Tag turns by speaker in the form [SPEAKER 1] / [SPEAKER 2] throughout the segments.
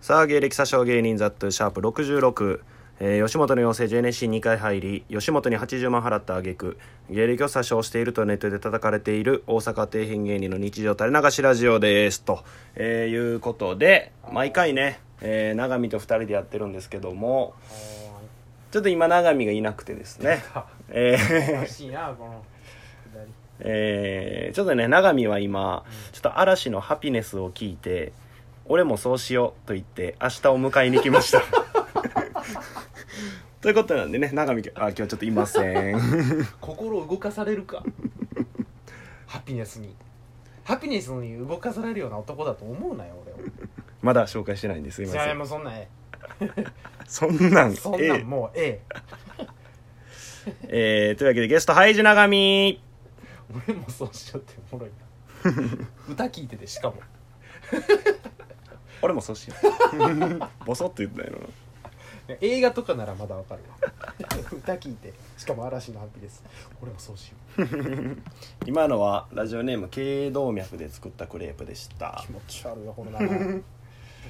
[SPEAKER 1] さあ芸歴詐称芸人ザットシャープ66、えー吉本の養成 JNC2 回入り吉本に80万払った挙句芸歴を詐称しているとネットで叩かれている大阪底辺芸人の日常垂れ流しラジオですと、えーいうことで毎回ね、えー、永見と2人でやってるんですけどもちょっと今永見がいなくてですねえー
[SPEAKER 2] おかしいなこの下り
[SPEAKER 1] えーちょっとね永見は今ちょっと嵐の「ハピネス」を聞いて「俺もそうしよう」と言って明日を迎えに来ま したということなんでね永見あ今日ちょっといません
[SPEAKER 2] 心を動かされるか ハピネスにハピネスに動かされるような男だと思うなよ
[SPEAKER 1] まだ紹介してないんですい
[SPEAKER 2] 俺を
[SPEAKER 1] ま
[SPEAKER 2] じゃ
[SPEAKER 1] せ
[SPEAKER 2] あも
[SPEAKER 1] ん
[SPEAKER 2] うそんなんえ
[SPEAKER 1] そんなん
[SPEAKER 2] えそん
[SPEAKER 1] え
[SPEAKER 2] なんもうええ
[SPEAKER 1] ええーというわけでゲストハイジ永見
[SPEAKER 2] 俺もそうしようっておもろい な歌聞いててしかも
[SPEAKER 1] 俺もそうしよ うボソッと言ったよな
[SPEAKER 2] 映画とかならまだわかるわ 歌聞いてしかも嵐のハピネス俺もそうしよう
[SPEAKER 1] 今のはラジオネーム頸動脈で作ったクレープでした
[SPEAKER 2] 気持ち悪いわこの名前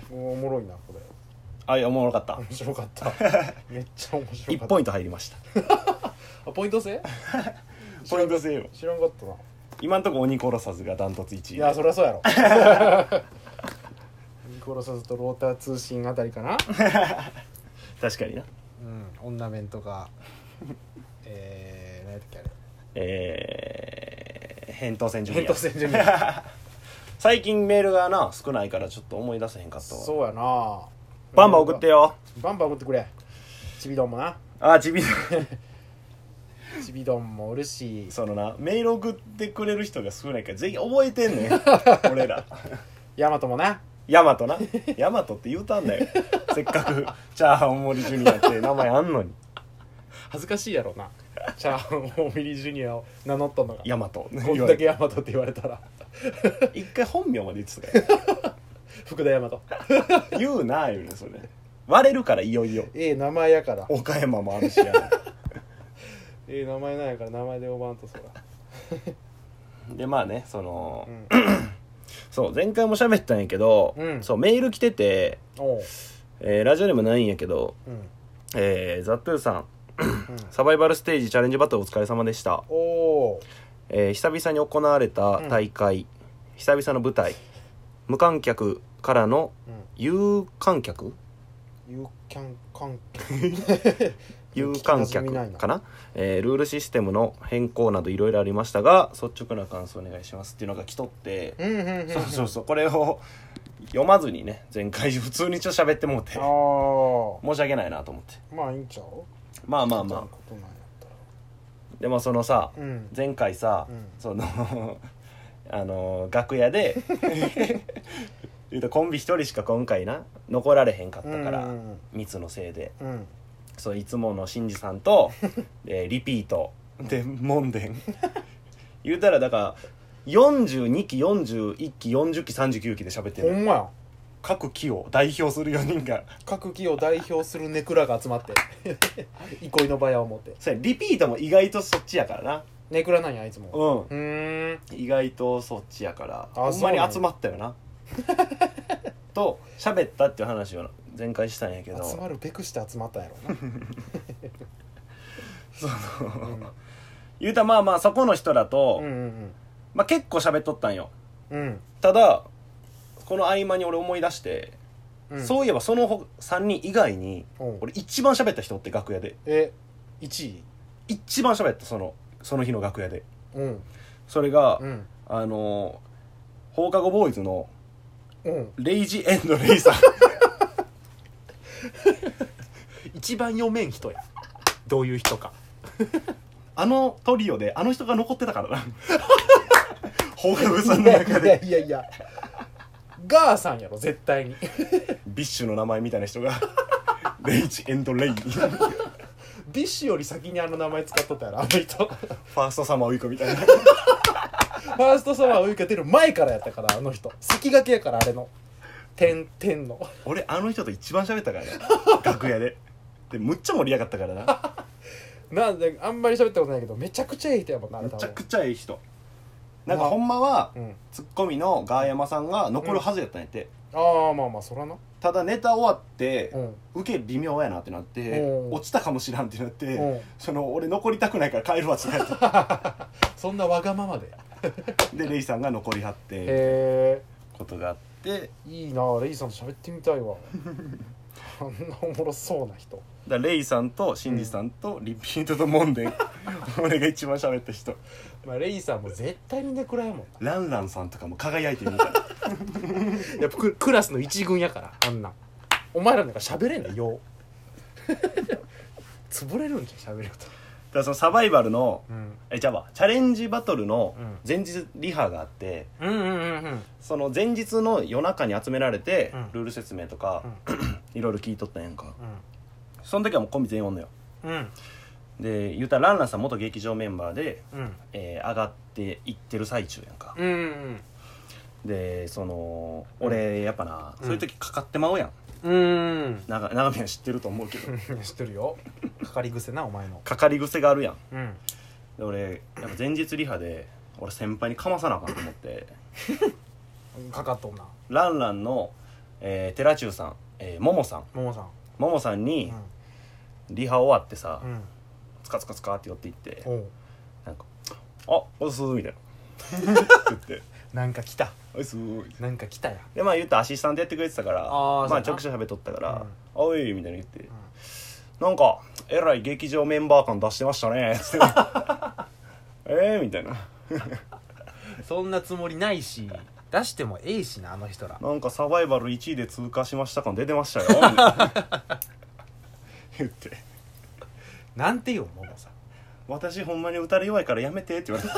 [SPEAKER 2] もうおもろいなこれ
[SPEAKER 1] あいやおもろかった
[SPEAKER 2] 面白かった めっちゃ面白か
[SPEAKER 1] 1
[SPEAKER 2] った
[SPEAKER 1] ポイント入りました
[SPEAKER 2] あポイント制
[SPEAKER 1] ポイント制よ
[SPEAKER 2] 知らんかったな
[SPEAKER 1] 今んとこ鬼殺さずがダントツ1位
[SPEAKER 2] いやそりゃそうやろ 見殺さずとローター通信あたりかな、
[SPEAKER 1] 確かにな
[SPEAKER 2] うん、オンナメントがえー、何やったっけあれ
[SPEAKER 1] えー、扁桃腺ジュニア
[SPEAKER 2] 扁桃腺ジュニア
[SPEAKER 1] 最近メールがな少ないからちょっと思い出せへんかったわ
[SPEAKER 2] そうやな
[SPEAKER 1] バンバン送ってよ
[SPEAKER 2] バンバン送ってくれちびどんもな
[SPEAKER 1] あちび
[SPEAKER 2] ちびどんもおるし
[SPEAKER 1] その なメール送ってくれる人が少ないから全員覚えてんね ん俺ら
[SPEAKER 2] ヤマトもな
[SPEAKER 1] ヤマトなヤマトって言うたんだ よせっかくチャーハン大森ジュニアって名前あんのに
[SPEAKER 2] 恥ずかしいやろなチャーハン大ミリジュニアを名乗ったのが
[SPEAKER 1] ヤマ ト
[SPEAKER 2] こんだけヤマトって言われたら
[SPEAKER 1] 一回本名まで言ってたか
[SPEAKER 2] 福田ヤマト
[SPEAKER 1] ら言うな言うねんそれ割れるからいよ いよ
[SPEAKER 2] ええ名前やから
[SPEAKER 1] 岡山もあるしやな
[SPEAKER 2] ええ名前なんやから名前で呼ばんとそら
[SPEAKER 1] でまあねその、
[SPEAKER 2] うん
[SPEAKER 1] そう前回も喋ったんやけど、
[SPEAKER 2] うん
[SPEAKER 1] そうメール来てて、
[SPEAKER 2] おう
[SPEAKER 1] えーラジオでもないんやけど、
[SPEAKER 2] うん
[SPEAKER 1] えー、ザットゥーさん
[SPEAKER 2] うん
[SPEAKER 1] サバイバルステージチャレンジバトルお疲れ様でした、
[SPEAKER 2] おお
[SPEAKER 1] えー久々に行われた大会、久々の舞台無観客からの
[SPEAKER 2] ー、うん
[SPEAKER 1] 有観客
[SPEAKER 2] 有観観客
[SPEAKER 1] 有観
[SPEAKER 2] 聞き馴染みない
[SPEAKER 1] 客
[SPEAKER 2] な
[SPEAKER 1] かな、えールールシステムの変更などいろいろありましたが率直な感想お願いしますっていうのが来とって、
[SPEAKER 2] うんうんうん
[SPEAKER 1] そうそうそうこれを読まずにね前回普通にちょっと喋ってもうて
[SPEAKER 2] あ
[SPEAKER 1] 申し訳ないなと思って
[SPEAKER 2] あまあいいんちゃう
[SPEAKER 1] まあまあ
[SPEAKER 2] みたいな
[SPEAKER 1] ま
[SPEAKER 2] ことなんやったら
[SPEAKER 1] あでもそのさ
[SPEAKER 2] うん
[SPEAKER 1] 前回さ、
[SPEAKER 2] うん
[SPEAKER 1] その あの楽屋で 言うとコンビ一人しか今回な残られへんかったから、
[SPEAKER 2] うんうん
[SPEAKER 1] 密のせいで
[SPEAKER 2] うんうん
[SPEAKER 1] そういつもの新次さん と、えーリピートで門殿言うたらだから42期41期40期39期で喋って
[SPEAKER 2] ほ
[SPEAKER 1] る
[SPEAKER 2] んまや
[SPEAKER 1] 各期を代表する4人が
[SPEAKER 2] 各企業を代表するネクラが集まって憩いの場や思って
[SPEAKER 1] そうやリピートも意外とそっちやからな
[SPEAKER 2] ネクラなんやあいつも
[SPEAKER 1] うん
[SPEAKER 2] うーん
[SPEAKER 1] 意外とそっちやから
[SPEAKER 2] あ
[SPEAKER 1] ほんま
[SPEAKER 2] そうなん
[SPEAKER 1] に
[SPEAKER 2] や
[SPEAKER 1] 集まったよ なと喋ったっていう話を前回したんやけど
[SPEAKER 2] 集まるべくして集まったんやろうな
[SPEAKER 1] その
[SPEAKER 2] うん
[SPEAKER 1] 言うたらまあまあそこの人だと、
[SPEAKER 2] うんうん
[SPEAKER 1] まあ、結構喋っとったんよ
[SPEAKER 2] うん
[SPEAKER 1] ただこの合間に俺思い出して、
[SPEAKER 2] うん
[SPEAKER 1] そういえばそのほ3人以外に
[SPEAKER 2] うん
[SPEAKER 1] 俺一番喋った人って楽屋で
[SPEAKER 2] え1位
[SPEAKER 1] 一番喋ったそのその日の楽屋で
[SPEAKER 2] うん
[SPEAKER 1] それが、
[SPEAKER 2] うん
[SPEAKER 1] あのー放課後ボーイズの
[SPEAKER 2] うん
[SPEAKER 1] レイジエンドレイさん
[SPEAKER 2] 一番読めん人やどういう人か
[SPEAKER 1] あのトリオであの人が残ってたからな 放課後さんの中
[SPEAKER 2] いや
[SPEAKER 1] で
[SPEAKER 2] いやいやガーさんやろ絶対に
[SPEAKER 1] ビッシュの名前みたいな人が レイジエンドレイフ
[SPEAKER 2] ビッシュより先にあの名前使っとったやろあの人フ
[SPEAKER 1] ァーストサマーウイコみたいな
[SPEAKER 2] ァーストサマーウイカ出る前からやったからあの人先駆けやからあれの点々の
[SPEAKER 1] 俺あの人と一番喋ったからね楽屋ででむっちゃ盛り上がったからな
[SPEAKER 2] なんであんまり喋ったことないけどめちゃくちゃいい人やもんなあれ
[SPEAKER 1] む
[SPEAKER 2] 多
[SPEAKER 1] ちゃ
[SPEAKER 2] 分
[SPEAKER 1] くちゃいい人なんかほんまは
[SPEAKER 2] うん
[SPEAKER 1] ツッコミのガーヤマさんが残るはずやったんやって、
[SPEAKER 2] ああまあまあそらな
[SPEAKER 1] ただネタ終わって
[SPEAKER 2] うん
[SPEAKER 1] 受け微妙やなってなって
[SPEAKER 2] うん
[SPEAKER 1] 落ちたかもしらんってなって、
[SPEAKER 2] うん
[SPEAKER 1] その俺残りたくないから帰るわってなって
[SPEAKER 2] そんなわがままで
[SPEAKER 1] でレイさんが残りはって
[SPEAKER 2] へ
[SPEAKER 1] ことがあって
[SPEAKER 2] えいいなレイさんと喋ってみたいわあんなおもろそうな人
[SPEAKER 1] だからレイさんとシンジさんとリピートとモンデン俺が一番喋った人
[SPEAKER 2] まあレイさんも絶対にねくらやもん
[SPEAKER 1] ランランさんとかも輝いてるみたいな
[SPEAKER 2] やっぱククラスの一軍やからあんなんお前らなんか喋れんの よ潰れるんじゃん喋ると
[SPEAKER 1] だからそのサバイバルの
[SPEAKER 2] うん
[SPEAKER 1] えじゃあわチャレンジバトルの
[SPEAKER 2] うん
[SPEAKER 1] 前日リハがあって、
[SPEAKER 2] うんうんうんうん
[SPEAKER 1] その前日の夜中に集められて、
[SPEAKER 2] うん
[SPEAKER 1] ルール説明とか、 いろいろ聞いとったんやんか
[SPEAKER 2] う
[SPEAKER 1] その時はもうコンビ全員おんのよ
[SPEAKER 2] んうん
[SPEAKER 1] で言うたらランランさん元劇場メンバーで、
[SPEAKER 2] うん
[SPEAKER 1] えー上がっていってる最中やんか、
[SPEAKER 2] うんうん
[SPEAKER 1] でその俺やっぱな、
[SPEAKER 2] うん
[SPEAKER 1] そういう時かかってまうやん
[SPEAKER 2] うんうん
[SPEAKER 1] 長長見は知ってると思うけど
[SPEAKER 2] 知ってるよかかり癖なお前の
[SPEAKER 1] かかり癖があるやん
[SPEAKER 2] うん
[SPEAKER 1] で俺やっぱ前日リハで俺先輩にかまさなあかんと思って
[SPEAKER 2] かかっとんな
[SPEAKER 1] ランランの、えー、寺中さん、えー、ももさん
[SPEAKER 2] ももさん
[SPEAKER 1] ももさんに
[SPEAKER 2] う
[SPEAKER 1] リハ終わってさ、
[SPEAKER 2] んうん
[SPEAKER 1] つかつかつかって寄っていって
[SPEAKER 2] おう
[SPEAKER 1] なんか「あおいっす」み たいなって言って
[SPEAKER 2] なんか来た
[SPEAKER 1] 「おいっす」
[SPEAKER 2] なんか来たや
[SPEAKER 1] でまあ言ったらアシスタントやってくれてたから
[SPEAKER 2] あー
[SPEAKER 1] まあ
[SPEAKER 2] そうやな
[SPEAKER 1] 直射喋っとったから
[SPEAKER 2] うん
[SPEAKER 1] 「おい」みたいな言って、なんかえらい劇場メンバー感出してましたね」 つって「えー」みたいな
[SPEAKER 2] そんなつもりないし出してもええしなあの人ら
[SPEAKER 1] なんかサバイバル1位で通過しました感出てましたよみ たいな言って
[SPEAKER 2] なんて言うももさん
[SPEAKER 1] 「私ほんまに歌たれ弱いからやめて」って言われて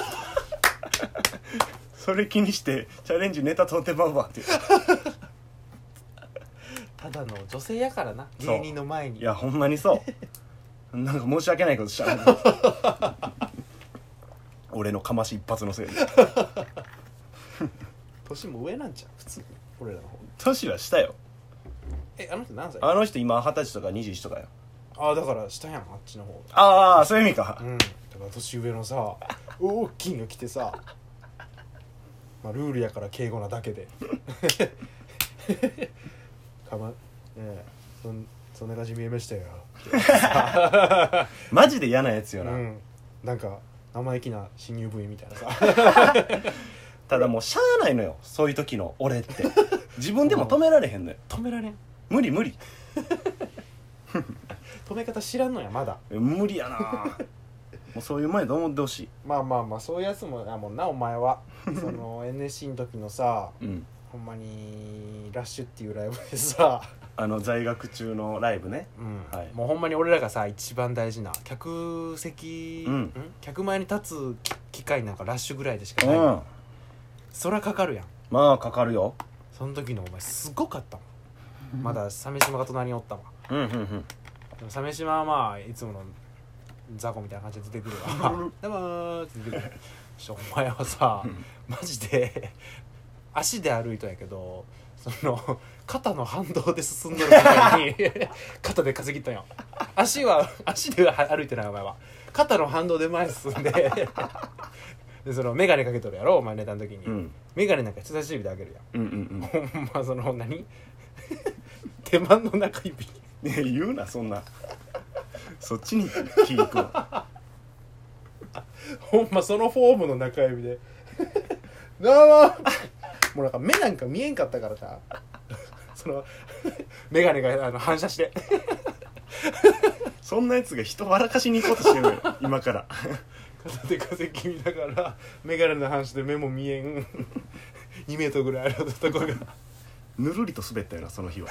[SPEAKER 1] それ気にしてチャレンジネタ取ってまうわって言って
[SPEAKER 2] ただの女性やからな
[SPEAKER 1] そう
[SPEAKER 2] 芸人の前に
[SPEAKER 1] いやほんまに そうなんか申し訳ないことしたな 俺のかまし一発のせいで
[SPEAKER 2] 年も上なんちゃう普通に俺らの方
[SPEAKER 1] 年はしたよ
[SPEAKER 2] えあの人何歳
[SPEAKER 1] あの人今二十歳とか21とかよ
[SPEAKER 2] あだから下やんあっちの方
[SPEAKER 1] ああそういう意味か、
[SPEAKER 2] うんだから年上のさ大きいの来て さまあルールやから敬語なだけで かまねえそんそんな感じ見えましたよ
[SPEAKER 1] マジで嫌なやつよ
[SPEAKER 2] う
[SPEAKER 1] な、
[SPEAKER 2] んなんか生意気な新入部員みたいなさ
[SPEAKER 1] ただもうしゃあないのよそういう時の俺って自分でも止められへんのよ
[SPEAKER 2] 止められん
[SPEAKER 1] 無理無理
[SPEAKER 2] 止め方知らんのやまだ
[SPEAKER 1] 無理やな もうそういう前で思ってほしい
[SPEAKER 2] まあまあまあそういうやつもやもんなお前は その NSC の時のさ
[SPEAKER 1] うん
[SPEAKER 2] ほんまにラッシュっていうライブでさ、
[SPEAKER 1] あの在学中のライブね
[SPEAKER 2] うん
[SPEAKER 1] はい
[SPEAKER 2] もうほんまに俺らがさ一番大事な客席、
[SPEAKER 1] うん
[SPEAKER 2] 客前に立つ機会なんかラッシュぐらいでしか
[SPEAKER 1] う
[SPEAKER 2] ない、
[SPEAKER 1] ん
[SPEAKER 2] そらかかるやん
[SPEAKER 1] まあかかるよ
[SPEAKER 2] その時のお前すごかったもんまだ鮫島が隣におったわ
[SPEAKER 1] うんうんうん
[SPEAKER 2] でも鮫島はまあいつもの雑魚みたいな感じで出てくるわでもーって出てくるちょお前はさマジで足で歩いたんやけどその肩の反動で進んでるみたいに肩で稼ぎったんよ足は足では歩いてないお前は肩の反動で前に進んででその眼鏡かけとるやろお前ネタの時に、
[SPEAKER 1] うん
[SPEAKER 2] 眼鏡なんか人差し指で開けるやん
[SPEAKER 1] うんうん
[SPEAKER 2] ほんまその何 手間の中指
[SPEAKER 1] うんねえ言うなそんなそっちに気いくわ
[SPEAKER 2] ほんまそのフォームの中指 で「どうも!」もうなんか目なんか見えんかったからさその眼鏡があの反射して
[SPEAKER 1] そんなやつが人笑かしに行こうとしてるのよ今から
[SPEAKER 2] 片手風邪気味だから眼鏡の反射で目も見えん2メートルぐらいあるとこが
[SPEAKER 1] ぬるりと滑ったよなその日は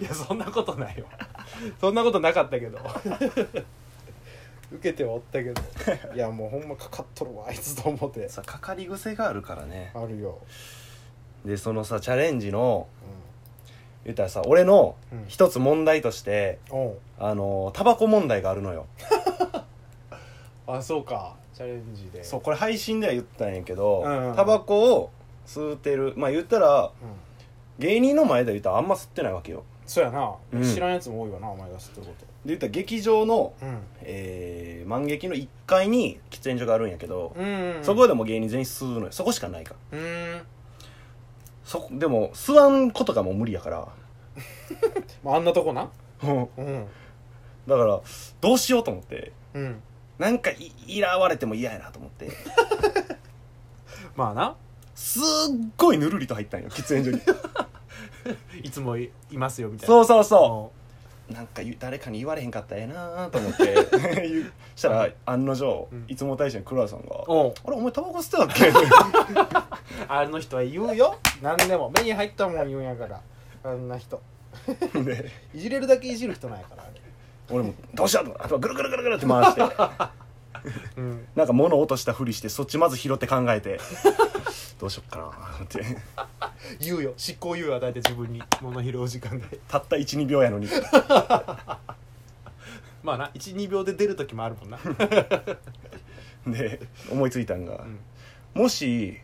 [SPEAKER 1] い
[SPEAKER 2] やそんなことないわそんなことなかったけど受けてはおったけどいやもうほんまかかっとるわあいつと思って
[SPEAKER 1] さかかり癖があるからね
[SPEAKER 2] あるよ
[SPEAKER 1] でそのさチャレンジの言ったらさ俺の一つ問題として、
[SPEAKER 2] うんおう
[SPEAKER 1] あのタバコ問題があるのよ
[SPEAKER 2] あそうかチャレンジで
[SPEAKER 1] そうこれ配信では言ったんやけど、
[SPEAKER 2] うんうん
[SPEAKER 1] タバコを吸うてるまあ言ったら
[SPEAKER 2] うん
[SPEAKER 1] 芸人の前で言ったらあんま吸ってないわけよ
[SPEAKER 2] そうやな、
[SPEAKER 1] うん
[SPEAKER 2] 知らんやつも多いわなお前が知ってるこ
[SPEAKER 1] で言ったら劇場の、
[SPEAKER 2] とうん、
[SPEAKER 1] えー、満劇の1階に喫煙所があるんやけど、
[SPEAKER 2] うん
[SPEAKER 1] そこでも芸人全員吸うのよそこしかないから
[SPEAKER 2] うん
[SPEAKER 1] そでも座んことがもう無理やから
[SPEAKER 2] まあ、あんなとこな
[SPEAKER 1] うん
[SPEAKER 2] うん
[SPEAKER 1] だからどうしようと思って
[SPEAKER 2] うん
[SPEAKER 1] なんかいいらわれても嫌やなと思って
[SPEAKER 2] まあな
[SPEAKER 1] すっごいぬるりと入ったんよ喫煙所に
[SPEAKER 2] いつもいますよみたいな
[SPEAKER 1] そうそうそううなんかゆ誰かに言われへんかったらええなと思って 言うしたら案の定、
[SPEAKER 2] うん
[SPEAKER 1] いつも大将の黒田さんが「
[SPEAKER 2] おう
[SPEAKER 1] あれお前タバコ吸ってたっけ?」
[SPEAKER 2] あの人は言うよ何でも目に入ったもん言うんやからあんな人
[SPEAKER 1] で
[SPEAKER 2] いじれるだけいじる人なんやからあれ
[SPEAKER 1] 俺も「どうした?」とか頭ぐるぐるぐるぐるって回して
[SPEAKER 2] うん
[SPEAKER 1] なんか物落としたふりしてそっちまず拾って考え てどうしよっかなって
[SPEAKER 2] 言うよ執行猶予与えて自分に物拾う時間で
[SPEAKER 1] たった12秒や のに
[SPEAKER 2] まあな12秒で出る時もあるもん な
[SPEAKER 1] で思いついたんが、
[SPEAKER 2] ん
[SPEAKER 1] もし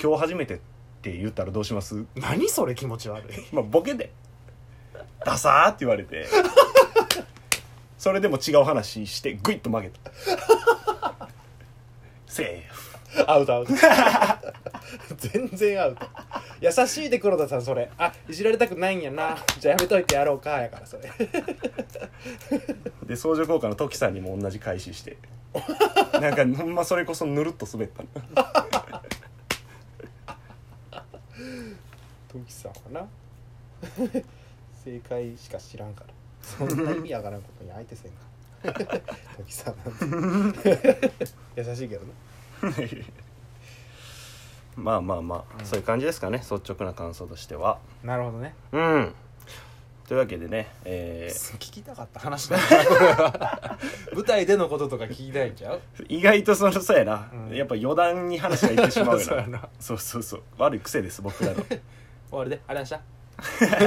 [SPEAKER 1] 今日初めてって言ったらどうします
[SPEAKER 2] 何それ気持ち悪い
[SPEAKER 1] まあボケで「ダサー」って言われ てそれでも違う話してグイッと曲げ たセーフ
[SPEAKER 2] アウトアウト全然アウト優しいで黒田さんそれあいじられたくないんやなじゃあやめといてやろうかやからそれ
[SPEAKER 1] で相乗効果のトキさんにも同じ開始して なんかほんまそれこそぬるっと滑ったの
[SPEAKER 2] トキさんはな正解しか知らんからそんな意味わからんことに相手せんからトキさんなんて優しいけどね
[SPEAKER 1] まあまあまあ、
[SPEAKER 2] うん
[SPEAKER 1] そういう感じですかね率直な感想としては
[SPEAKER 2] なるほどね
[SPEAKER 1] うんというわけでねえ
[SPEAKER 2] 聞きたかった話だなこれは舞台でのこととか聞きたいんちゃう
[SPEAKER 1] ー意外とそのそうやな、
[SPEAKER 2] うん
[SPEAKER 1] やっぱ余談に話がいってしまうよ
[SPEAKER 2] そうや
[SPEAKER 1] な
[SPEAKER 2] な
[SPEAKER 1] そうそうそう悪い癖です僕らの
[SPEAKER 2] 終わりでありがとうございました